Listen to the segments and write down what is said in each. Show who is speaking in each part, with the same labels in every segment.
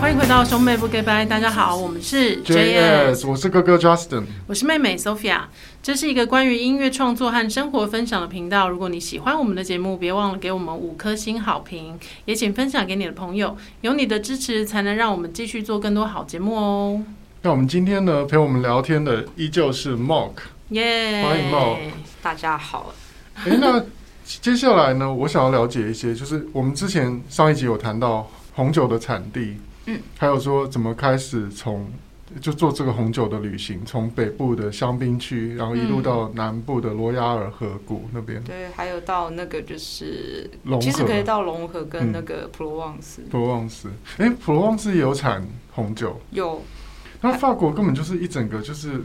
Speaker 1: 欢迎回到兄妹不 g 拜，大家好，我们是
Speaker 2: JS，我是哥哥 Justin。
Speaker 1: 我是妹妹 Sophia，这是一个关于音乐创作和生活分享的频道。如果你喜欢我们的节目，别忘了给我们五颗星好评，也请分享给你的朋友。有你的支持，才能让我们继续做更多好节目哦。
Speaker 2: 那我们今天呢，陪我们聊天的依旧是 Mark。
Speaker 1: 耶、
Speaker 2: 欢迎茂
Speaker 3: 大家好，
Speaker 2: 诶，那接下来呢，我想要了解一些，就是我们之前上一集有谈到红酒的产地，
Speaker 3: 嗯，
Speaker 2: 还有说怎么开始从就做这个红酒的旅行，从北部的香槟区，然后一路
Speaker 1: 嗯
Speaker 2: 到南部的罗亚尔河谷那边，
Speaker 3: 对，还有到那个就是，
Speaker 2: 龙
Speaker 3: 其实
Speaker 2: 河、
Speaker 3: 可以到龙河
Speaker 2: 嗯
Speaker 3: 跟那个普罗旺斯、
Speaker 2: 普罗旺斯。诶，普罗旺斯也有产红酒，
Speaker 3: 有，
Speaker 2: 那法国根本就是一整个就是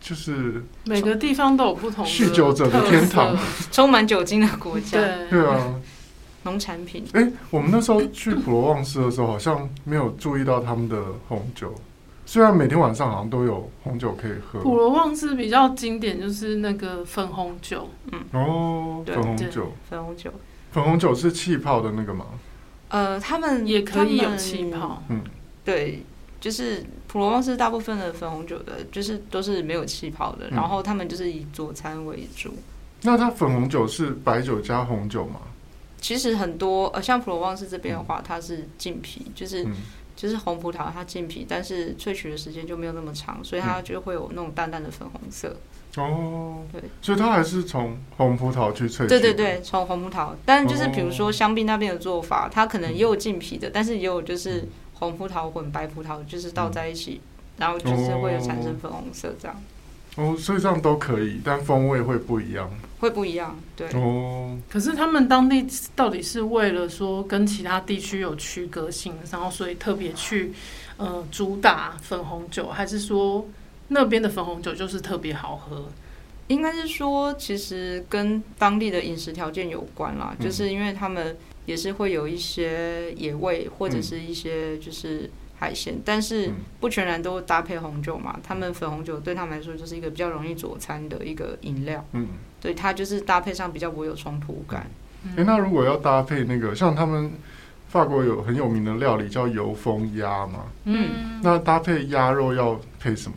Speaker 2: 就是
Speaker 1: 每个地方都有不同的
Speaker 2: 酗酒者的
Speaker 1: 特色
Speaker 2: 天堂，
Speaker 3: 充满酒精的国家，
Speaker 1: 对，
Speaker 2: 对啊。
Speaker 3: 农产品
Speaker 2: 哎、我们那时候去普罗旺斯的时候，好像没有注意到他们的红酒。虽然每天晚上好像都有红酒可以
Speaker 1: 普
Speaker 2: 喝，
Speaker 1: 罗旺斯比较经典就是那个粉红酒，
Speaker 2: 哦，
Speaker 3: 对
Speaker 2: 粉红
Speaker 1: 对
Speaker 2: 酒，
Speaker 3: 粉红酒，
Speaker 2: 粉红酒是气泡的那个嘛？
Speaker 3: 呃，他们
Speaker 1: 也可以
Speaker 3: 他
Speaker 1: 有
Speaker 3: 们
Speaker 1: 气泡。
Speaker 3: 对，就是普罗旺斯大部分的粉红酒的，就是都是没有气泡的，
Speaker 2: 嗯
Speaker 3: 然后他们就是以佐餐为主。
Speaker 2: 那它粉红酒是白酒加红酒嘛？
Speaker 3: 其实很多呃，像普罗旺斯这边的话，它是浸皮，就是
Speaker 2: 嗯，
Speaker 3: 就是红葡萄它浸皮，但是萃取的时间就没有那么长，所以它
Speaker 2: 嗯
Speaker 3: 就会有那种淡淡的粉红色。
Speaker 2: 哦，
Speaker 3: 对，
Speaker 2: 所以它还是从红葡萄去萃取。
Speaker 3: 对对，对，从红葡萄，但就是比如
Speaker 2: 哦嗯
Speaker 3: 说香槟那边的做法，它可能也有浸皮的，但是也有就是红葡萄混白葡萄，就是
Speaker 2: 嗯
Speaker 3: 倒在一起，然后就是会有产生粉红色，这样
Speaker 2: 哦，所以这样都可以，但风味会不一样。
Speaker 3: 会不一样。对，
Speaker 2: 哦，
Speaker 1: 可是他们当地到底是为了说跟其他地区有区隔性，然后所以特别去呃主打粉红酒，还是说那边的粉红酒就是特别好喝？
Speaker 3: 应该是说其实跟当地的饮食条件有关啦，
Speaker 2: 嗯
Speaker 3: 就是因为他们也是会有一些野味或者
Speaker 2: 嗯
Speaker 3: 是一些就是。海鲜，但是
Speaker 2: 嗯
Speaker 3: 不全然都搭配红酒嘛。他们粉红酒对他们来说就是一个比较容易佐餐的一个饮料。
Speaker 2: 嗯，
Speaker 3: 对它就是搭配上比较不会有冲突感。
Speaker 2: 哎、那如果要搭配那个，像他们法国有很有名的料理叫油封鸭嘛，
Speaker 1: 嗯，
Speaker 2: 那搭配鸭肉要配什么？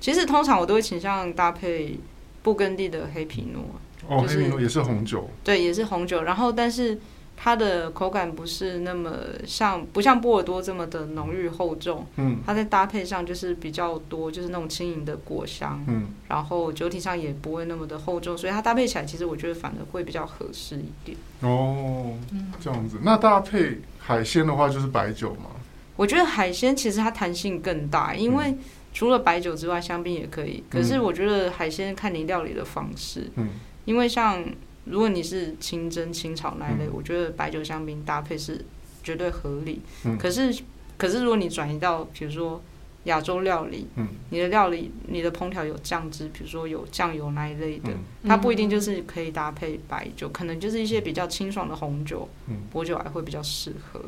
Speaker 3: 其实通常我都会倾向搭配布根地的黑皮诺，
Speaker 2: 哦，
Speaker 3: 就是
Speaker 2: 黑米诺也是红酒，
Speaker 3: 对，也是红酒，然后但是它的口感不是那么像不像波尔多这么的浓郁厚重，
Speaker 2: 嗯
Speaker 3: 它在搭配上就是比较多就是那种轻盈的果香，
Speaker 2: 嗯，
Speaker 3: 然后酒体上也不会那么的厚重，所以它搭配起来其实我觉得反而会比较合适一点。
Speaker 2: 哦
Speaker 1: 嗯，
Speaker 2: 这样子。那搭配海鲜的话就是白酒嘛，
Speaker 3: 我觉得海鲜其实它弹性更大，因为除了白酒之外，香槟也可以。可是
Speaker 2: 嗯
Speaker 3: 我觉得海鲜看你料理的方式，
Speaker 2: 嗯，
Speaker 3: 因为像如果你是清蒸、清炒那一类，
Speaker 2: 嗯
Speaker 3: 我觉得白酒香槟搭配是绝对合理。
Speaker 2: 嗯
Speaker 3: 可是可是如果你转移到比如说亚洲料理，
Speaker 2: 嗯
Speaker 3: 你的料理你的烹调有酱汁，比如说有酱油那一类的，
Speaker 2: 嗯
Speaker 3: 它不一定就是可以搭配白酒，可能就是一些比较清爽的红酒、
Speaker 2: 嗯。
Speaker 3: 薄酒还会比较适合。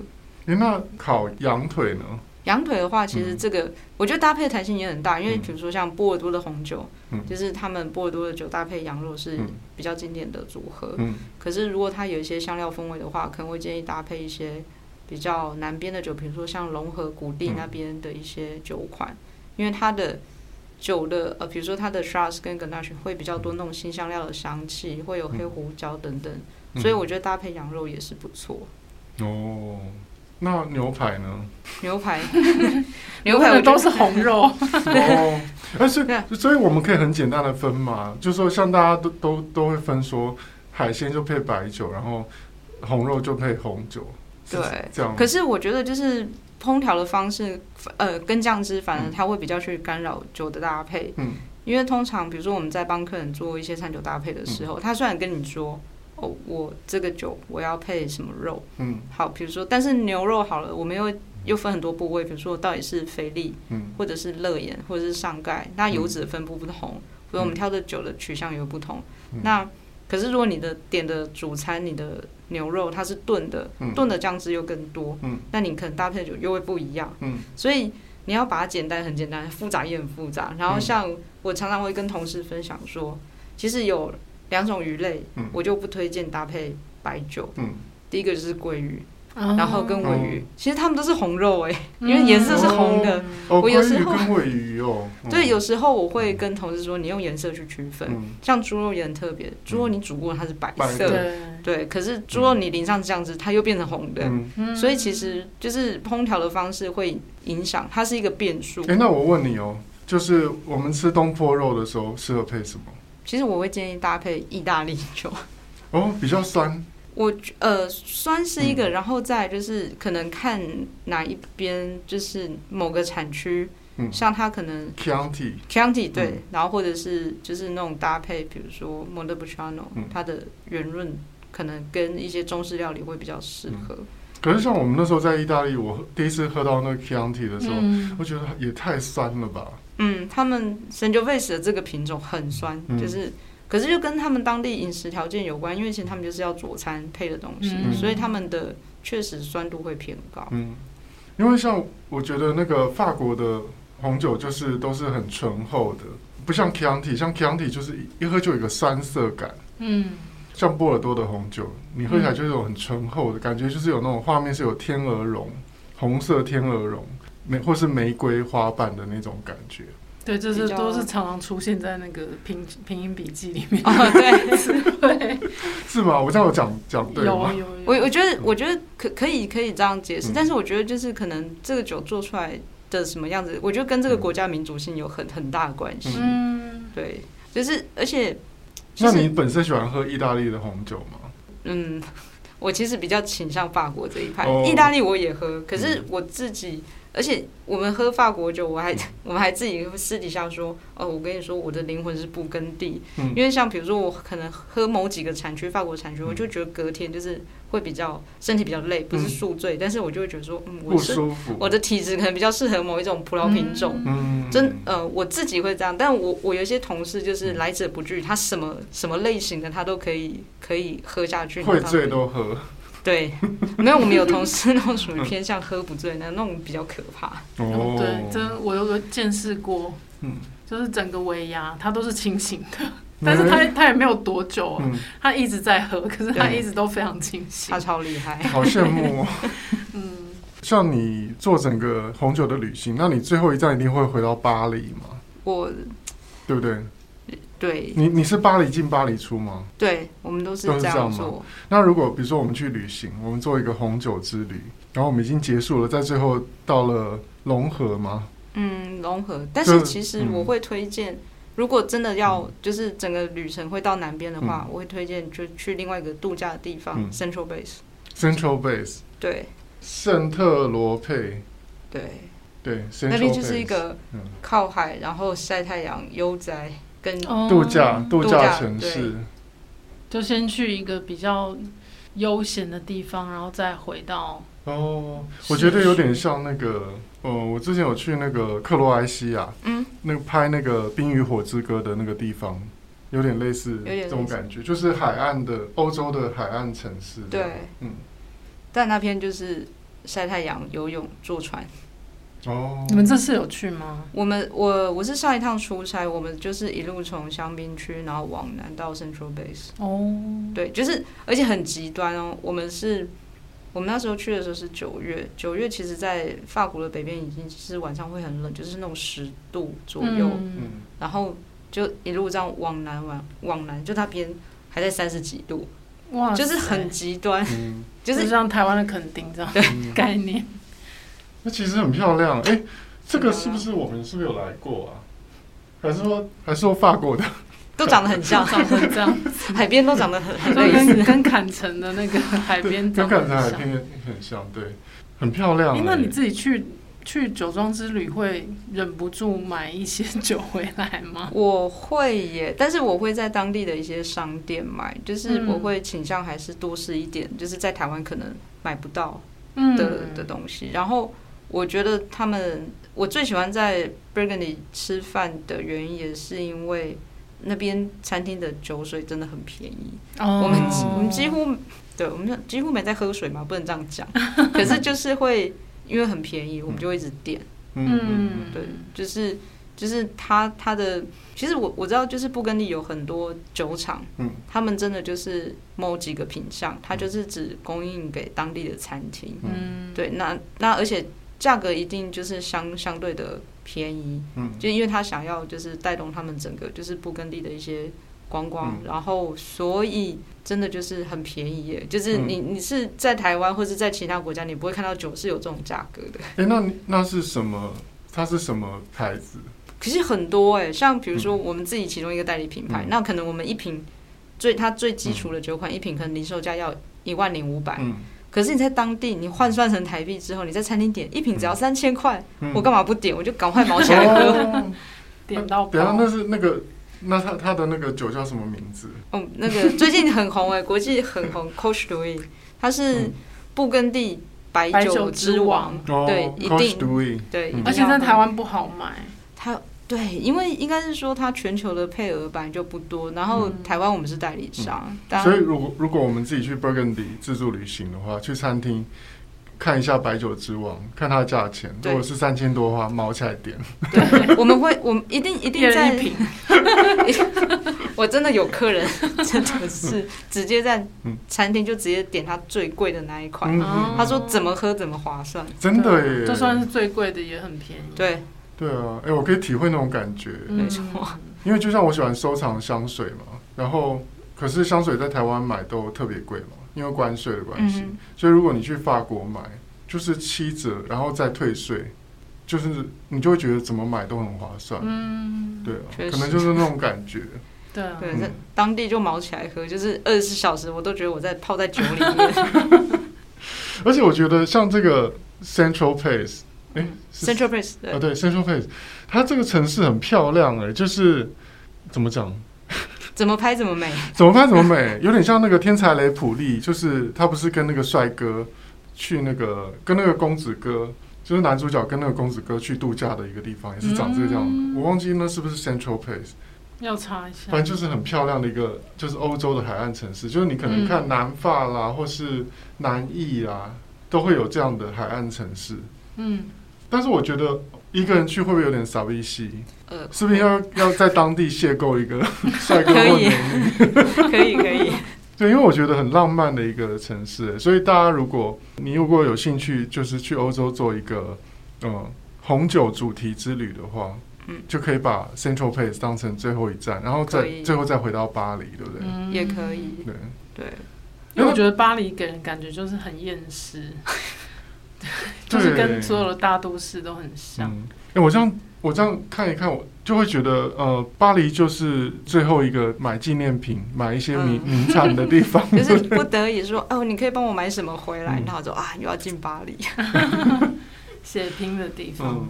Speaker 2: 诶，那烤羊腿呢？
Speaker 3: 羊腿的话，其实这个、我觉得搭配弹性也很大，因为
Speaker 2: 嗯
Speaker 3: 比如说像波尔多的红酒，
Speaker 2: 嗯
Speaker 3: 就是他们波尔多的酒搭配羊肉是
Speaker 2: 嗯
Speaker 3: 比较经典的组合。
Speaker 2: 嗯，
Speaker 3: 可是如果它有一些香料风味的话，可能会建议搭配一些比较南边的酒，比如说像龙河谷地
Speaker 2: 嗯
Speaker 3: 那边的一些酒款，因为它的酒的呃，比如说它的 Shiraz 跟 Grenache 会比较多那种新香料的香气，会有黑胡椒等等，
Speaker 2: 嗯
Speaker 3: 所以我觉得搭配羊肉也是不错。
Speaker 2: 哦，那牛排呢？
Speaker 3: 牛排，
Speaker 1: 牛
Speaker 3: 牛
Speaker 1: 排
Speaker 3: 排
Speaker 1: 的
Speaker 3: 我觉
Speaker 1: 都
Speaker 3: 得
Speaker 1: 是红肉，
Speaker 2: 哦，但是
Speaker 3: 对啊
Speaker 2: 所以我们可以很简单的分嘛，就说像大家都都都会分说，海鲜就配白酒，然后红肉就配红酒，是
Speaker 3: 对
Speaker 2: 这样。
Speaker 3: 可是我觉得就是烹调的方式，呃，跟酱汁反而它会比较去干扰酒的搭配，
Speaker 2: 嗯
Speaker 3: 因为通常比如说我们在帮客人做一些餐酒搭配的时候，
Speaker 2: 嗯
Speaker 3: 他虽然跟你说。哦，我这个酒我要配什么肉？
Speaker 2: 嗯
Speaker 3: 好，比如说，但是牛肉好了，我们又又分很多部位，比如说到底是肥力，
Speaker 2: 嗯
Speaker 3: 或者是肋眼，或者是上盖，那油脂的分布不同，所以我们挑的酒的取向也不同。
Speaker 2: 嗯
Speaker 3: 那可是如果你的点的主餐，你的牛肉它是炖的，
Speaker 2: 嗯
Speaker 3: 炖的酱汁又更多，
Speaker 2: 嗯
Speaker 3: 那你可能搭配的酒又会不一样。
Speaker 2: 嗯
Speaker 3: 所以你要把它简单很简单，复杂也很复杂。然后
Speaker 2: 嗯
Speaker 3: 像我常常会跟同事分享说，其实有两种鱼类
Speaker 2: 嗯，
Speaker 3: 我就不推荐搭配白酒。
Speaker 2: 嗯
Speaker 3: 第一个就是鲑鱼，
Speaker 1: 然
Speaker 3: 然后跟尾鱼
Speaker 2: 哦，
Speaker 3: 其实它们都是红肉哎、因为颜色是红的。
Speaker 2: 哦，
Speaker 3: 我有时
Speaker 2: 鲑鱼
Speaker 3: 候
Speaker 2: 跟尾鱼哦， 嗯
Speaker 3: 对，有时候我会跟同事说，你用颜色去区分，
Speaker 2: 嗯
Speaker 3: 像猪肉也很特别，猪肉你煮过它是白
Speaker 2: 白
Speaker 3: 色，
Speaker 2: 的
Speaker 1: 对，
Speaker 3: 对，可是猪肉你淋上酱汁，它又变成红的，
Speaker 2: 嗯，
Speaker 1: 嗯
Speaker 3: 所以其实就是烹调的方式会影响，它是一个变数。
Speaker 2: 哎，那我问你哦，就是我们吃东坡肉的时候适合配什么？
Speaker 3: 其实我会建议搭配意大利酒，
Speaker 2: 哦，比较酸，
Speaker 3: 我觉呃酸是一个，
Speaker 2: 嗯
Speaker 3: 然后再就是可能看哪一边，就是某个产区，
Speaker 2: 嗯
Speaker 3: 像它可能
Speaker 2: ，Chianti，
Speaker 3: County 对，然后或者是就是那种搭配，比如说 Montepulciano，、
Speaker 2: 嗯
Speaker 3: 它的圆润可能跟一些中式料理会比较适
Speaker 2: 嗯
Speaker 3: 合。
Speaker 2: 可是像我们那时候在意大利，我第一次喝到那个 Chianti 的时候，
Speaker 1: 嗯
Speaker 2: 我觉得也太酸了吧。
Speaker 3: 嗯，他们 s a n g i o v e s 的这个品种很酸，
Speaker 2: 嗯
Speaker 3: 就是可是就跟他们当地饮食条件有关，因为其实他们就是要佐餐配的东西，
Speaker 1: 嗯
Speaker 3: 所以他们的确实酸度会偏高。
Speaker 2: 嗯，因为像我觉得那个法国的红酒就是都是很醇厚的，不像 Chianti，像 Chianti 就是一一喝就有一个酸涩感。
Speaker 1: 嗯
Speaker 2: 像波尔多的红酒，你喝起来就是有很醇厚的感觉，就是有那种画面是有天鹅绒，红色天鹅绒，玫或是玫瑰花瓣的那种感觉。
Speaker 1: 对，这是
Speaker 3: 比较
Speaker 1: 都是常常出现在那个拼拼音笔记里面。
Speaker 3: 哦，对，
Speaker 1: 对，
Speaker 2: 是吗？我这样有讲讲对
Speaker 1: 有有
Speaker 2: 吗？
Speaker 1: 有，
Speaker 3: 我我觉得我觉得可可以可以这样解释，但是我觉得就是可能这个酒做出来的什么样子，我觉得跟这个国家民族性有很很大的关系。
Speaker 1: 嗯，
Speaker 3: 对，就是而且其
Speaker 2: 那
Speaker 3: 实
Speaker 2: 你本身喜欢喝意大利的红酒吗？
Speaker 3: 嗯， 我其实比较倾向法国这一派，
Speaker 2: 哦嗯
Speaker 3: 意大利我也喝，可是我自己，而且我们喝法国酒，我还 我们还自己私底下说，哦，我跟你说，我的灵魂是不耕地，
Speaker 2: 嗯
Speaker 3: 因为像比如说我可能喝某几个产区，法国产区，我就觉得隔天就是会比较身体比较累，不是
Speaker 2: 嗯
Speaker 3: 宿醉，但是我就会觉得说，嗯，
Speaker 2: 不
Speaker 3: 我是
Speaker 2: 舒服。
Speaker 3: 我的体质可能比较适合某一种葡萄品种。
Speaker 2: 嗯，
Speaker 3: 真呃，我自己会这样，但我我有一些同事就是来者不拒，他什么什么类型的他都可以可以喝下去，
Speaker 2: 会
Speaker 3: 然后他
Speaker 2: 醉都喝。
Speaker 3: 对，没有我们有同事那种属于偏向喝不醉那那种比较可怕。
Speaker 1: 哦对，真我有有见识过，
Speaker 2: 嗯
Speaker 1: 就是整个尾牙他都是清醒的，但是
Speaker 2: 哎
Speaker 1: 他他也没有多久啊，
Speaker 2: 嗯，
Speaker 1: 他一直在喝， 可是他
Speaker 2: 对
Speaker 1: 一直都非常清醒
Speaker 3: 他。超厉害。
Speaker 2: 好羡慕、哦。
Speaker 1: 嗯，
Speaker 2: 像你做整个红酒的旅行，那你最后一站一定会回到巴黎嘛？
Speaker 3: 我
Speaker 2: 对不对？
Speaker 3: 对
Speaker 2: 你你是巴黎进巴黎出吗？
Speaker 3: 对，我们都是
Speaker 2: 都是这
Speaker 3: 这
Speaker 2: 样
Speaker 3: 样
Speaker 2: 吗
Speaker 3: 做。
Speaker 2: 那如果比如说我们去旅行，我们做一个红酒之旅，然后我们已经结束了，在最后到了龙河吗？
Speaker 3: 嗯，融合。但
Speaker 2: 就是嗯
Speaker 3: 其实我会推荐，如果真的要就是整个旅程会到南边的话，我会推荐就去另外一个度假的地方
Speaker 2: 嗯
Speaker 3: ，Central Base。
Speaker 2: Central Base
Speaker 3: 对
Speaker 2: 圣特罗佩，
Speaker 3: 对，
Speaker 2: 对，c e n t r
Speaker 3: 那
Speaker 2: a
Speaker 3: 边
Speaker 2: l
Speaker 3: 就是一个
Speaker 2: 嗯
Speaker 3: 靠海，然后晒太阳、悠哉跟
Speaker 2: 度假
Speaker 1: 哦
Speaker 2: 度
Speaker 3: 嗯度
Speaker 2: 假
Speaker 3: 假
Speaker 2: 城市，
Speaker 1: 就先去一个比较悠闲的地方，然后再回到
Speaker 2: 哦，
Speaker 1: 是
Speaker 2: 我觉得有点像那个，嗯，我之前有去那个克罗埃西亚，
Speaker 3: 嗯，
Speaker 2: 那个拍那个《冰与火之歌》的那个地方，有点类似
Speaker 3: 点类
Speaker 2: 这
Speaker 3: 似
Speaker 2: 种感觉，就是海岸的欧洲的海岸城市。
Speaker 3: 对，
Speaker 2: 嗯，
Speaker 3: 但那边就是晒太阳、游泳、坐船。
Speaker 2: 哦，
Speaker 1: 你们这次有去吗？
Speaker 3: 我们我我是上一趟出差，我们就是一路从香槟区，然后往南到 Central Base，
Speaker 1: 哦，
Speaker 3: 对，就是而且很极端哦。我们是，我们那时候去的时候是九月，九月其实在法国的北边已经是晚上会很冷，就是那种十度左右，
Speaker 1: 嗯
Speaker 2: 嗯，
Speaker 3: 然后就一路这样往南往往南，就那边还在三十几度，
Speaker 1: 哇塞，
Speaker 3: 就是很极端，
Speaker 2: 嗯，
Speaker 3: 就
Speaker 1: 就是像台湾的垦丁这样
Speaker 2: 嗯
Speaker 1: 概念。
Speaker 2: 那其实很漂亮。哎，这个
Speaker 3: 很漂亮
Speaker 2: 是不是我们是不是有来过啊？还是说还是说法国的？
Speaker 3: 都长得 很像，
Speaker 1: 长成这样，
Speaker 3: 海边都长 得很很
Speaker 1: 就
Speaker 3: 类似。
Speaker 1: 跟跟坎城的那个海边
Speaker 2: 跟
Speaker 1: 长得
Speaker 2: 刚
Speaker 1: 很
Speaker 2: 才海
Speaker 1: 像。
Speaker 2: 边很像，对，很漂亮
Speaker 1: 哎
Speaker 2: 哎。，
Speaker 1: 那你自己去去酒庄之旅会忍不住买一些 酒回来吗？
Speaker 3: 我会耶，但是我会在当地的一些商店买，就是
Speaker 1: 嗯
Speaker 3: 我会倾向还是多试一点，就是在台湾可能买不到
Speaker 1: 嗯
Speaker 3: 的、的东西。然后我觉得他们，我最喜欢在 Burgundy 吃饭的原因，也是因为那边餐厅的酒水真的很便宜。
Speaker 1: 哦
Speaker 3: 我们几我们几乎对我们几乎没在喝水嘛，不能这样 讲。
Speaker 2: 嗯
Speaker 3: 可是就是会因为很便宜，我们就会一直点。
Speaker 2: 嗯嗯嗯
Speaker 1: 嗯
Speaker 3: 对，就是就是它它的，其实我我知道，就是布根地有很多酒厂，
Speaker 2: 嗯，
Speaker 3: 他们真的就是某几个品相，它就是只供应给当地的餐厅，
Speaker 1: 嗯，
Speaker 3: 对，那那而且价格一定就是相相对的便宜，
Speaker 2: 嗯
Speaker 3: 就因为他想要就是带动他们整个就是布根地的一些观光，
Speaker 2: 嗯
Speaker 3: 然后所以真的就是很便宜耶，就是
Speaker 2: 嗯
Speaker 3: 你你是在台湾或是在其他国家，你不会看到酒是有这种价格的。
Speaker 2: 哎、那你那是什么？它是什么牌子？
Speaker 3: 可是很多哎、像比如说我们自己其中一个代理品牌，
Speaker 2: 嗯
Speaker 3: 那可能我们一瓶最它最基础的酒款、一瓶可能零售价要一万零五百，
Speaker 2: 嗯，
Speaker 3: 可是你在当地你换算成台币之后，你在餐厅点一瓶只要三千块，
Speaker 2: 嗯
Speaker 3: 我干嘛不点？我就赶快毛起来喝。
Speaker 2: 哦，
Speaker 1: 点到
Speaker 2: 等一下
Speaker 1: 爆，
Speaker 2: 那是那个，那它它的那个酒叫什么名字？
Speaker 3: 哦，那个最近很红哎、国际很红，Coach Louis，他是
Speaker 2: 嗯
Speaker 3: 布根地白
Speaker 1: 白酒
Speaker 3: 酒
Speaker 1: 之
Speaker 3: 之王
Speaker 1: 王，
Speaker 2: 哦
Speaker 3: 对一
Speaker 2: Coach
Speaker 3: 定
Speaker 2: Dewey，
Speaker 3: 对，
Speaker 2: 嗯
Speaker 1: 而且在台，湾不好买，
Speaker 3: 他对，因为应该是说他全球的配额本来就不多，然后
Speaker 1: 嗯
Speaker 3: 台湾我们是代理商，当
Speaker 2: 嗯所以如果如果我们自己去 Burgundy 自助旅行的话，去餐厅看一下白酒之王，看它的价钱，
Speaker 3: 对
Speaker 2: 如果是三千多的话，毛起来点。
Speaker 3: 对，啊我们会，我们一定一
Speaker 1: 一
Speaker 3: 定
Speaker 1: 人一
Speaker 3: 在，
Speaker 1: 瓶，
Speaker 3: 我真的有 客人真的是直接在
Speaker 2: 嗯
Speaker 3: 餐厅就直接点他最贵的那一款，
Speaker 2: 嗯
Speaker 1: 哦
Speaker 3: 他说怎么喝怎么划算，
Speaker 2: 真的耶，
Speaker 1: 就算是最贵的也很便宜，
Speaker 3: 对，
Speaker 2: 对啊，哎、我可以体会那种感觉，
Speaker 1: 嗯，
Speaker 3: 没错
Speaker 2: 因为就像我喜欢收藏香水嘛，然后可是香水在台湾买都特别贵嘛，因为关税的关系，
Speaker 3: 嗯
Speaker 2: 所以如果你去法国买，就是七折，然后再退税，就是你就会觉得怎么买都很划算，
Speaker 1: 嗯，
Speaker 2: 对啊，
Speaker 3: 确实
Speaker 2: 可能就是那种感觉，
Speaker 1: 对啊，
Speaker 3: 对，
Speaker 2: 嗯
Speaker 3: 在当地就毛起来喝，就是二十四小时我都觉得我在泡在酒 里面
Speaker 2: 而且我觉得像这个 Central Place，哎、是
Speaker 3: 嗯，Central Place
Speaker 2: 啊，
Speaker 3: 对，
Speaker 2: 对，Central Place，它这个城市很漂亮哎、就是怎么讲，
Speaker 3: 怎么拍怎么美，
Speaker 2: 怎么拍怎么美，有点像那个天才雷普利，就是他不是跟那个帅哥去那个跟那个公子哥，就是男主角跟那个公子哥去度假的一个地方，也是长这个样子。
Speaker 1: 嗯
Speaker 2: 我忘记那是不是 Central Place，
Speaker 3: 嗯
Speaker 1: 要查一下，
Speaker 2: 反正就是很漂亮的一个，就是欧洲的海岸城市。就是你可能看南法啦，或是南意啦，都会有这样的海岸城市。
Speaker 1: 嗯，
Speaker 2: 但是我觉得一个人去会不会有点傻逼戏？
Speaker 3: 呃，
Speaker 2: 是不是要要在当地邂逅一个 帅哥
Speaker 3: 可
Speaker 2: 或美
Speaker 3: 以
Speaker 2: 女？
Speaker 3: 可以可 以，
Speaker 2: 对，因为我觉得很浪漫的一个城市，欸所以大家如果你如果有兴趣，就是去欧洲做一个嗯红酒主题之旅的话，
Speaker 3: 嗯
Speaker 2: 就可以把 Central Place 当成最后一站，然后
Speaker 3: 可
Speaker 2: 再
Speaker 3: 以
Speaker 2: 最后再回到巴黎，对不对？
Speaker 1: 嗯
Speaker 3: 也可以，
Speaker 2: 对，
Speaker 3: 对，
Speaker 1: 因为我觉得巴黎给人感觉就是很厌世， 就是跟所有的大都市都很像。
Speaker 2: 嗯，哎、我这样我这样看一看，我就会觉得呃，巴黎就是最后一个买纪念品、买一些名、名产的地方。
Speaker 3: 嗯 就是不得已说，哦，你可以帮我买什么回来，
Speaker 2: 嗯
Speaker 3: 然后就啊，又要进巴黎，
Speaker 1: 血拼的地
Speaker 2: 嗯
Speaker 1: 方，，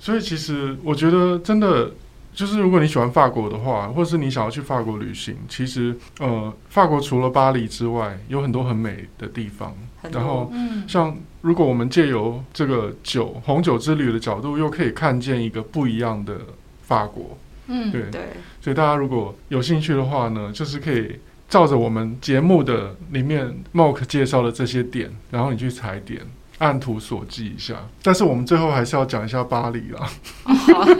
Speaker 2: 所以其实我觉得真的。就是如果你喜欢法国的话，或是你想要去法国旅行，其实呃，法国除了巴黎之外，有很多很美的地方。
Speaker 3: 很
Speaker 2: 然后
Speaker 3: 多，
Speaker 1: 嗯，
Speaker 2: 像如果我们借由这个酒红酒之旅的角度，又可以看见一个不一样的法国。
Speaker 1: 嗯，
Speaker 2: 对，
Speaker 3: 对，
Speaker 2: 所以大家如果有兴趣的话呢，就是可以照着我们节目的里面 Mark 介绍的这些点，然后你去踩点，按图索骥一下。但是我们最后还是要讲一下巴黎啦。
Speaker 3: 哦好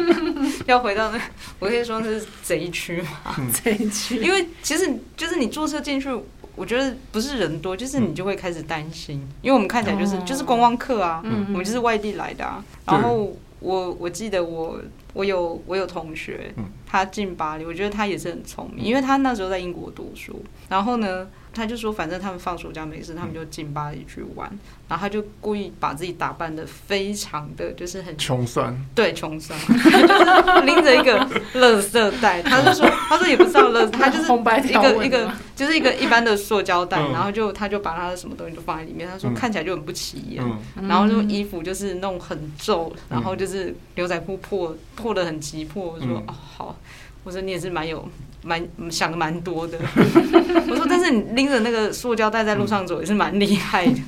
Speaker 3: 要回到那，我可以说那是贼区嘛，
Speaker 1: 这一区
Speaker 3: 因为其实就是你坐车进去，我觉得不是人多，就是你就会开始担心，因为我们看起来就是
Speaker 1: 哦
Speaker 3: 就是观光客啊，
Speaker 1: 嗯
Speaker 3: 我们就是外地来的啊。
Speaker 2: 对
Speaker 3: 然后我我记得我我有我有同学
Speaker 2: 嗯，
Speaker 3: 他进巴黎，我觉得他也是很聪明，因为他那时候在英国读书，然后呢。他就说，反正他们放暑假没事，
Speaker 2: 嗯
Speaker 3: 他们就进巴黎去玩。然后他就故意把自己打扮的非常的，就是很
Speaker 2: 穷酸，
Speaker 3: 对，穷酸， 就是拎着一个垃圾袋，他就说，他说也不知道垃 圾，他就是
Speaker 1: 红白
Speaker 3: 一
Speaker 1: 条
Speaker 3: 个
Speaker 1: 纹啊
Speaker 3: 一个
Speaker 1: 吗
Speaker 3: 就是一个一般的塑胶袋，
Speaker 2: 嗯
Speaker 3: 然后就他就把他的什么东西都放在里面，他说
Speaker 2: 嗯
Speaker 3: 看起来就很不起眼，
Speaker 2: 嗯，
Speaker 3: 然后就衣服就是弄很皱，然后
Speaker 2: 嗯
Speaker 3: 就是牛仔裤破破的很急迫，我说、
Speaker 2: 嗯
Speaker 3: 哦好，我说你也是蛮有蛮想的蛮多的， 我说但是你拎着那个塑胶袋在路上走也是蛮厉害的，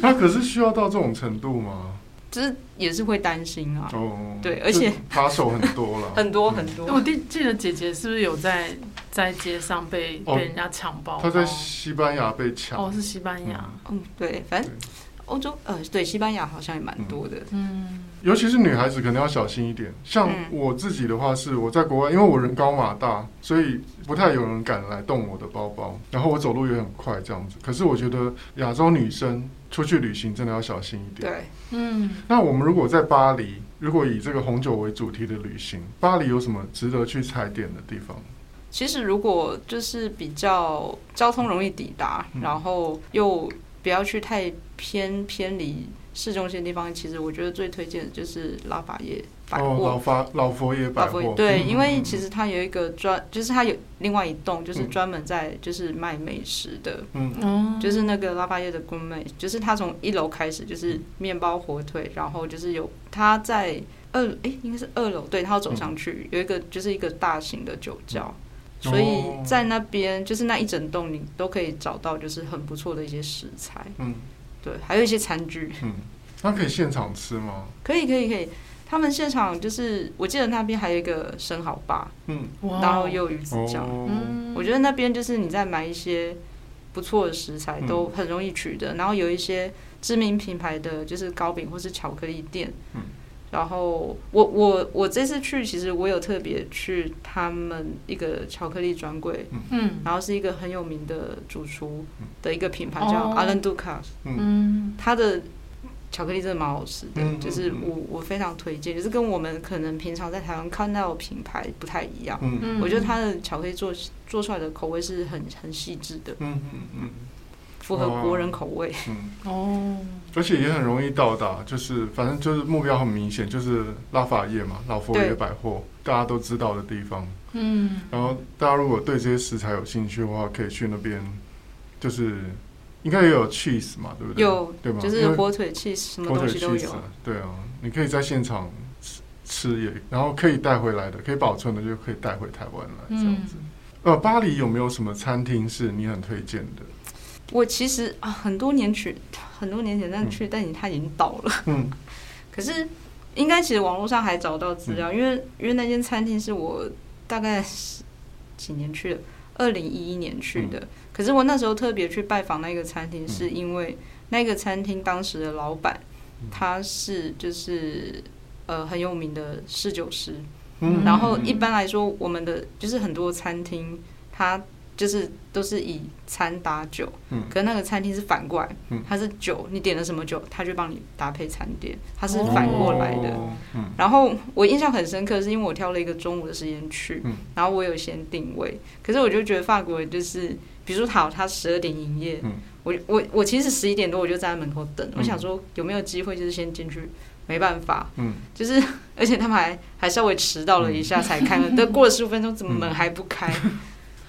Speaker 2: 那可是需要到这种程度吗？
Speaker 3: 就是也是会担心啊，
Speaker 2: 哦，
Speaker 3: 对而且
Speaker 2: 就扒手很多嗯了，
Speaker 3: 很多很多。
Speaker 1: 我记记得姐姐是不是有在在街上被
Speaker 2: 哦
Speaker 1: 被人家抢包包？
Speaker 2: 他在西班牙被抢，
Speaker 1: 哦哦，是西班牙，
Speaker 3: 嗯，对，反正
Speaker 2: 对
Speaker 3: 欧洲呃，对，西班牙好像也蛮多的。
Speaker 1: 嗯，
Speaker 2: 尤其是女孩子可能要小心一点。像
Speaker 3: 嗯
Speaker 2: 我自己的话，是我在国外，因为我人高马大，所以不太有人敢来动我的包包。然后我走路也很快，这样子。可是我觉得亚洲女生出去旅行真的要小心一点。
Speaker 3: 对，
Speaker 1: 嗯，
Speaker 2: 那我们如果在巴黎，如果以这个红酒为主题的旅行，巴黎有什么值得去踩点的地方？
Speaker 3: 其实如果就是比较交通容易抵达，
Speaker 2: 嗯
Speaker 3: 然后又不要去太偏偏离市中心的地方，其实我觉得最推荐的就是拉法耶百
Speaker 2: 哦，
Speaker 3: 货。
Speaker 2: 老法老佛爷嗯百
Speaker 3: 拉法嗯
Speaker 2: 货
Speaker 3: 耶。对，因为其实它有一个专，就是它有另外一栋，就是
Speaker 2: 嗯
Speaker 3: 专门在就是卖美食的，
Speaker 2: 嗯，嗯嗯
Speaker 1: 哦，
Speaker 3: 就是那个拉法耶的 g o u r 就是它从一楼开始就是面包、火腿，然后就是有它在二诶、应该是二楼，对，
Speaker 2: 嗯
Speaker 3: 它要走上去、有一个就是一个大型的酒窖，所以
Speaker 2: 哦
Speaker 3: 在那边就是那一整栋你都可以找到就是很不错的一些食材，
Speaker 2: 嗯
Speaker 3: 对，还有一些餐具，
Speaker 2: 嗯，那可以现场吃吗？
Speaker 3: 可以可以可以。他们现场就是我记得那边还有一个生蚝吧，
Speaker 2: 嗯，
Speaker 1: 哇哦
Speaker 3: 然后又有鱼子酱，
Speaker 2: 哦，
Speaker 1: 嗯，
Speaker 3: 我觉得那边就是你在买一些不错的食材
Speaker 2: 嗯
Speaker 3: 都很容易取得，然后有一些知名品牌的就是糕饼或是巧克力店。
Speaker 2: 嗯
Speaker 3: 然后我我我这次去，其实我有特别去他们一个巧克力专柜，
Speaker 1: 嗯
Speaker 3: 然后是一个很有名的主厨
Speaker 2: 嗯
Speaker 3: 的一个品牌
Speaker 1: 哦
Speaker 3: 叫 Alan Duca，
Speaker 1: 嗯
Speaker 3: 他的巧克力真的蛮好吃的，
Speaker 2: 嗯嗯
Speaker 3: 就是
Speaker 2: 嗯
Speaker 3: 我我非常推荐，就是跟我们可能平常在台湾看到的品牌不太一样。
Speaker 2: 嗯
Speaker 1: 嗯，
Speaker 2: 嗯
Speaker 3: 我觉得它的巧克力做做出来的口味是很很细致的，
Speaker 2: 嗯嗯嗯
Speaker 3: 符合
Speaker 2: 哦
Speaker 3: 国人口味。
Speaker 2: 嗯，
Speaker 1: 哦，
Speaker 2: 而且也很容易到达，就是反正就是目标很明显，就是拉法叶嘛，老佛爷
Speaker 3: 对
Speaker 2: 百货，大家都知道的地方。
Speaker 1: 嗯
Speaker 2: 然后大家如果对这些食材有兴趣的话，可以去那边，就是应该也有 cheese 嘛，对不对？
Speaker 3: 有
Speaker 2: 对吗？
Speaker 3: 就是
Speaker 2: 哦因为
Speaker 3: 火腿气什么
Speaker 2: 火
Speaker 3: 东
Speaker 2: 腿
Speaker 3: 西都
Speaker 2: cheese，
Speaker 3: 有。
Speaker 2: 啊对啊，你可以在现场吃吃也，然后可以带回来的，可以保存的就可以带回台湾来这样
Speaker 1: 嗯
Speaker 2: 子。呃，巴黎有没有什么餐厅是你很推荐的？
Speaker 3: 我其实啊，很多年去，很多年前但去，但它已经倒了。
Speaker 2: 嗯
Speaker 3: 可是应该其实网络上还找到资
Speaker 2: 嗯
Speaker 3: 料，因为因为那间餐厅是我大概是几年去的，二零一一年去的。可是我那时候特别去拜访那个餐厅，
Speaker 2: 嗯
Speaker 3: 是因为那个餐厅当时的老板
Speaker 2: 嗯
Speaker 3: 他是就是呃很有名的侍酒师，
Speaker 2: 嗯，
Speaker 3: 然后一
Speaker 2: 嗯
Speaker 3: 般来说我们的就是很多餐厅它。就是都是以餐搭酒，
Speaker 2: 嗯
Speaker 3: 可是那个餐厅是反过来
Speaker 2: 嗯，
Speaker 3: 它是酒，你点了什么酒，它就帮你搭配餐点，它是反过来的。
Speaker 2: 哦嗯
Speaker 3: 然后我印象很深刻，是因为我挑了一个中午的时间去，
Speaker 2: 嗯
Speaker 3: 然后我有先定位，可是我就觉得法国人就是，比如说好，他十二点营业，
Speaker 2: 嗯
Speaker 3: 我我我其实十一点多我就站在门口等，
Speaker 2: 嗯
Speaker 3: 我想说有没有机会就是先进去，没办法，
Speaker 2: 嗯
Speaker 3: 就是而且他们还还稍微迟到了一下才开门，但过了十五分钟怎
Speaker 2: 嗯
Speaker 3: 么门还不开？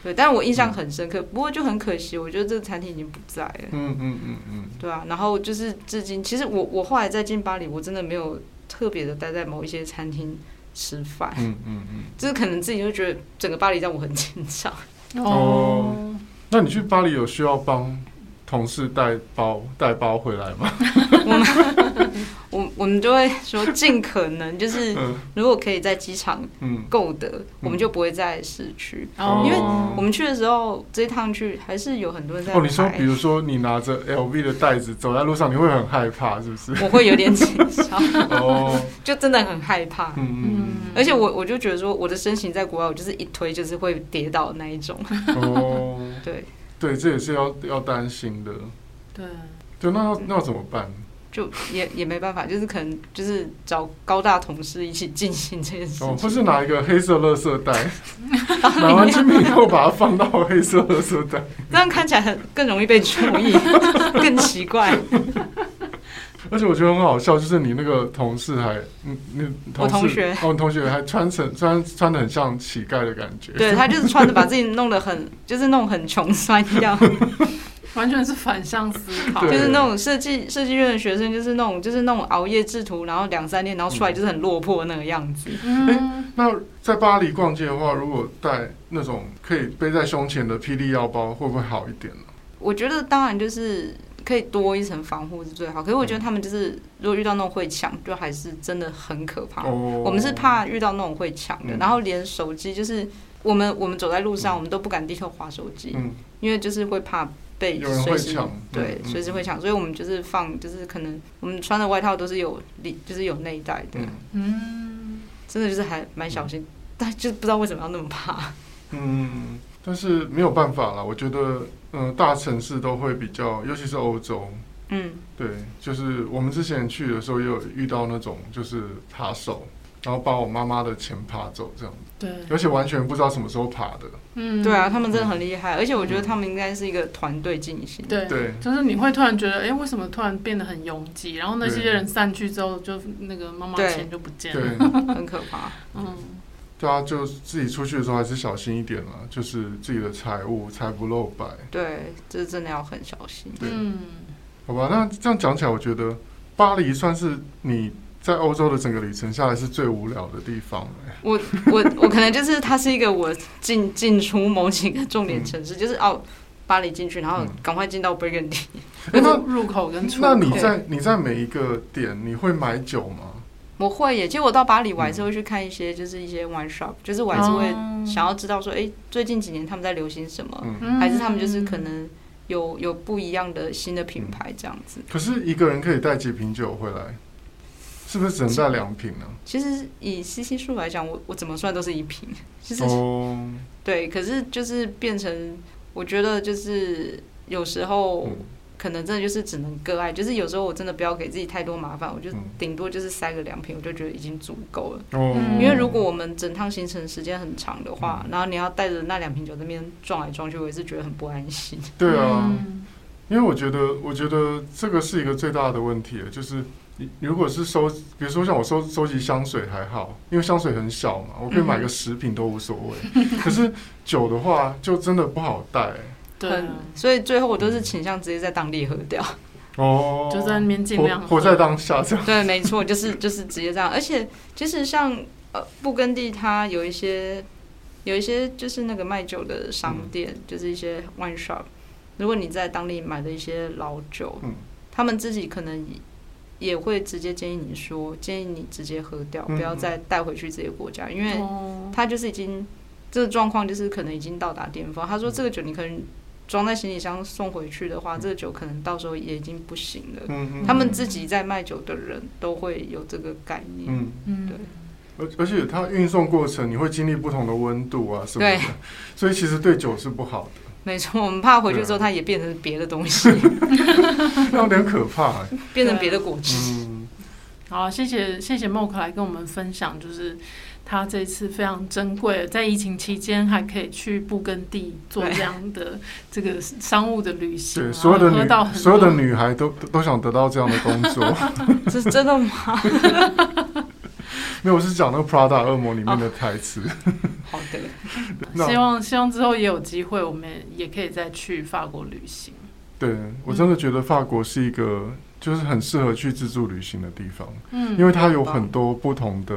Speaker 3: 对，但我印象很深刻，不过就很可惜，我觉得这个餐厅已经不在了。
Speaker 2: 嗯嗯嗯嗯，
Speaker 3: 对啊，然后就是至今，其实我我后来再进巴黎，我真的没有特别的待在某一些餐厅吃饭，
Speaker 2: 嗯嗯嗯。
Speaker 3: 就是可能自己就觉得整个巴黎让我很紧张。
Speaker 1: 哦，
Speaker 2: 那你去巴黎有需要帮同事带包带包回来吗？
Speaker 3: 我我们就会说，尽可能就是
Speaker 2: 嗯
Speaker 3: 如果可以在机场
Speaker 2: 嗯，
Speaker 3: 购得，我们就不会在市区。
Speaker 1: 哦，
Speaker 3: 因为
Speaker 2: 哦
Speaker 3: 我们去的时候，这一趟去还是有很多人在排。
Speaker 2: 哦，你说比如说你拿着 LV 的袋子走在路上，你会很害怕，是不 是？
Speaker 3: 我会有点紧张，
Speaker 2: 哦，
Speaker 3: 就真的很害怕。
Speaker 2: 嗯
Speaker 3: 而且我我就觉得说，我的身形在国外，我就是一推就是会跌倒的那一种。
Speaker 2: 嗯嗯，哦，
Speaker 3: 对，
Speaker 2: 对，这也是要要担心的。
Speaker 1: 对，
Speaker 2: 对，那
Speaker 3: 嗯
Speaker 2: 要那要怎么办？
Speaker 3: 就也也没办法，就是可能就是找高大同事一起进行这件事
Speaker 2: 哦，
Speaker 3: 情。
Speaker 2: 或是拿一个黑色垃圾袋， 拿完精品以后把它放到黑色垃圾袋。
Speaker 3: 这样看起来很更容易被注意， 更奇怪。
Speaker 2: 而且我觉得很好笑，就是你那个同事还，嗯你你同
Speaker 3: 我
Speaker 2: 事
Speaker 3: 同学
Speaker 2: 哦，你同学还穿成穿穿的很像乞丐的感觉。
Speaker 3: 对他就是穿的把自己弄得很，就是那种很穷酸一样，
Speaker 1: 完全是反向思考
Speaker 2: 对，
Speaker 3: 就是那种设计设计院的学生，就是那种就是那种熬夜制图，然后两三天，然后出来就是很落魄那个样子。
Speaker 1: 嗯，
Speaker 2: 那在巴黎逛街的话，如果带那种可以背在胸前的霹雳腰包，会不会好一点呢、
Speaker 3: 我觉得当然就是可以多一层防护是最好，可是我觉得
Speaker 2: 嗯
Speaker 3: 他们就是如果遇到那种会抢，就还是真的很可怕。
Speaker 2: 哦，
Speaker 3: 我们是怕遇到那种会抢的，
Speaker 2: 嗯
Speaker 3: 然后连手机就是我们我们走在路
Speaker 2: 嗯
Speaker 3: 上，我们都不敢低头划手机，
Speaker 2: 嗯，
Speaker 3: 因为就是会怕被
Speaker 2: 有人
Speaker 3: 随
Speaker 2: 会
Speaker 3: 时
Speaker 2: 抢
Speaker 3: 对
Speaker 2: 嗯，嗯
Speaker 3: 随时会抢，所以我们就是放，就是可能我们穿的外套都是有里，就是有内袋的，
Speaker 2: 嗯
Speaker 1: 嗯，
Speaker 3: 真的就是还蛮小心，但就是不知道为什么要那么怕。
Speaker 2: 嗯，但是没有办法啦，我觉得，嗯，大城市都会比较，尤其是欧洲，
Speaker 3: 嗯，
Speaker 2: 对，就是我们之前去的时候也有遇到那种就是扒手，然后把我妈妈的钱扒走这样，
Speaker 1: 对，
Speaker 2: 而且完全不知道什么时候扒的，
Speaker 1: 嗯，
Speaker 3: 对啊，他们真的很厉害，而且我觉得他们应该是一个团队进行。
Speaker 1: 对
Speaker 2: 对
Speaker 1: 就是你会突然觉得，哎、为什么突然变得很拥挤？然后那些
Speaker 2: 对
Speaker 1: 人散去之后，就那个妈妈
Speaker 3: 对
Speaker 1: 钱就不见了。
Speaker 2: 对，
Speaker 3: 很可怕。
Speaker 1: 嗯，
Speaker 2: 大家就自己出去的时候还是小心一点啦，就是自己的财物财不露白，
Speaker 3: 对，这真的要很小心。
Speaker 2: 对
Speaker 1: 嗯，
Speaker 2: 好吧？那这样讲起来，我觉得巴黎算是你在欧洲的整个旅程下来是最无聊的地方了、
Speaker 3: 我 我我可能就是它是一个我进进出某几个重点城市，就是哦，巴黎进去，然后
Speaker 2: 嗯
Speaker 3: 赶快进到 Burgundy。
Speaker 2: 诶那
Speaker 1: 入入口跟出口，嗯
Speaker 2: 那你在你在每一个点你会买酒吗？
Speaker 3: 我会耶，其实我到巴黎，我还是会去看一些，就是一些 one shop，就是我还是会
Speaker 1: 哦
Speaker 3: 想要知道说，哎、最近几年他们在流行什么，
Speaker 2: 嗯，
Speaker 1: 嗯
Speaker 3: 还是他们就是可能有有不一样的新的品牌这样子。
Speaker 2: 可是一个人可以带几瓶酒回来，是不是只能带两瓶呢、
Speaker 3: 其实以 CC 数来讲，我我怎么算都是一瓶，就是、
Speaker 2: 哦，
Speaker 3: 对，可是就是变成，我觉得就是有时候。
Speaker 2: 嗯
Speaker 3: 可能真的就是只能割爱，就是有时候我真的不要给自己太多麻烦，我就
Speaker 2: 嗯
Speaker 3: 顶多就是塞个两瓶，我就觉得已经足够了。
Speaker 2: 哦
Speaker 1: 嗯
Speaker 3: 因为如果我们整趟行程时间很长的话，然后你要带着那两瓶酒在那边撞来撞去，我也是觉得很不安心。
Speaker 2: 对啊，
Speaker 1: 嗯
Speaker 2: 因为我觉得，我觉得这个是一个最大的问题，就是你如果是收，比如说像我收收集香水还好，因为香水很小嘛，我可
Speaker 3: 嗯
Speaker 2: 以买个十瓶都无所谓。可是酒的话，就真的不好带欸
Speaker 1: 对
Speaker 3: 很
Speaker 1: 啊，
Speaker 3: 所以最后我都是倾向直接在当地喝掉。
Speaker 2: 哦
Speaker 1: 就在那边尽量
Speaker 2: 活活在当下这样。
Speaker 3: 对，没错，就是就是直接这样。而且其实像呃布根地，它有一些有一些就是那个卖酒的商
Speaker 2: 嗯
Speaker 3: 店，就是一些 wine shop。如果你在当地买的一些老酒，
Speaker 2: 嗯
Speaker 3: 他们自己可能也会直接建议你说，建议你直接喝掉，不
Speaker 2: 嗯
Speaker 3: 要
Speaker 2: 嗯
Speaker 3: 再带回去自己的国家，因为
Speaker 1: 哦，
Speaker 3: 他就是已经这个状况就是可能已经到达巅峰。他
Speaker 2: 嗯
Speaker 3: 说这个酒你可能装在行李箱送回去的话，这个酒可能到时候也已经不行了。
Speaker 2: 嗯嗯
Speaker 3: 他们自己在卖酒的人都会有这个概念。
Speaker 2: 嗯，
Speaker 1: 嗯
Speaker 3: 对，
Speaker 2: 而而且它运送过程你会经历不同的温度啊什么的
Speaker 3: 对，
Speaker 2: 所以其实对酒是不好的。
Speaker 3: 没错，我们怕回去之
Speaker 2: 对
Speaker 3: 后
Speaker 2: 啊
Speaker 3: 它也变成别的东西，
Speaker 2: 啊那有点可 怕、欸。
Speaker 3: 变成别的果汁。
Speaker 2: 嗯，
Speaker 1: 好，谢谢谢谢 Mock 来跟我们分享，就是他这次非常珍贵，在疫情期间还可以去布根地做
Speaker 3: 对
Speaker 1: 这样的这个商务的旅行，
Speaker 2: 对，
Speaker 1: 然后
Speaker 2: 所有的
Speaker 1: 嗯啊喝到
Speaker 2: 女
Speaker 1: 很
Speaker 2: 所有的
Speaker 1: 多
Speaker 2: 女孩都都都想得到这样的工 作。
Speaker 3: 这是真的吗？
Speaker 2: 没有，我是讲那个 Prada 恶魔里面的
Speaker 1: 哦
Speaker 2: 台 词。
Speaker 3: 好的，
Speaker 2: 那
Speaker 1: 希望希望之后也有机会，我们也可以再去法国旅行。
Speaker 2: 对我真的觉得法国是一个就是很适合去自助旅行的地方，
Speaker 1: 嗯
Speaker 2: 因为它有很多不同的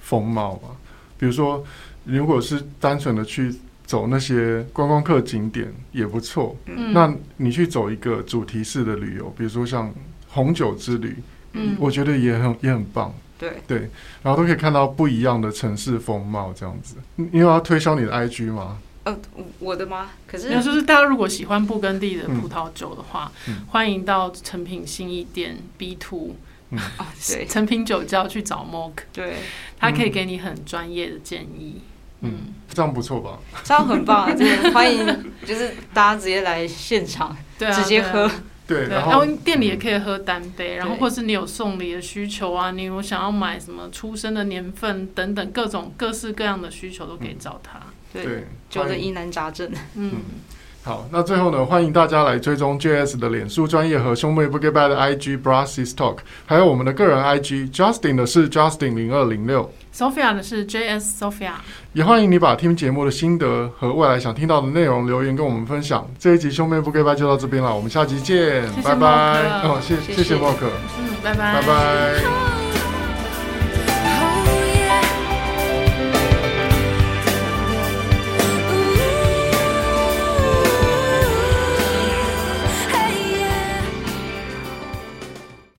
Speaker 2: 风貌嘛。比如说，如果是单纯的去走那些观光客景点也不错，
Speaker 1: 嗯
Speaker 2: 那你去走一个主题式的旅游，比如说像红酒之旅，
Speaker 1: 嗯
Speaker 2: 我觉得也很也很棒。
Speaker 3: 对，
Speaker 2: 对，然后都可以看到不一样的城市风貌这样子。你你有要推销你的 IG 吗？
Speaker 3: 呃，我的吗？可是
Speaker 1: 那嗯就是大家如果喜欢布根地的葡萄酒的话，
Speaker 2: 嗯嗯
Speaker 1: 欢迎到成品新一店 B Two
Speaker 3: 啊，对
Speaker 1: 成品酒窖去找 Mock，
Speaker 3: 对，
Speaker 1: 他可以给你很专业的建议。
Speaker 2: 嗯，这样不错吧？
Speaker 3: 这样很棒啊！真的欢迎，就是大家直接来现场，
Speaker 1: 对啊，
Speaker 3: 直接喝
Speaker 1: 对啊对
Speaker 2: 对，
Speaker 1: 啊
Speaker 2: 然
Speaker 1: 然后
Speaker 2: 后
Speaker 1: 店里也可以喝单杯，然后
Speaker 3: 对
Speaker 1: 或是你有送礼的需求啊，你有想要买什么出生的年份等等各种各式各样的需求都
Speaker 2: 嗯
Speaker 1: 可以找他。
Speaker 3: 对，
Speaker 2: 对
Speaker 3: 酒的
Speaker 2: 欢迎
Speaker 3: 疑难杂症。
Speaker 1: 嗯，
Speaker 2: 好，那最后呢，欢迎大家来追踪 JS 的脸书专业和兄妹不 g o o d b y 的 IG Brassis Talk，还有我们的个人 IG Justin 的是 Justin 零二零六。
Speaker 1: Sophia 的是 JS Sophia，
Speaker 2: 也欢迎你把听节目的心得和未来想听到的内容留言跟我们分享。这一集兄妹不 g o o d b y 就到这边了，我们下集见，
Speaker 1: 谢谢
Speaker 2: 拜拜。
Speaker 1: Mock
Speaker 2: 哦，谢
Speaker 3: 谢
Speaker 2: 谢
Speaker 3: 谢
Speaker 2: 莫克，
Speaker 1: 嗯，
Speaker 2: 拜拜。
Speaker 3: 啊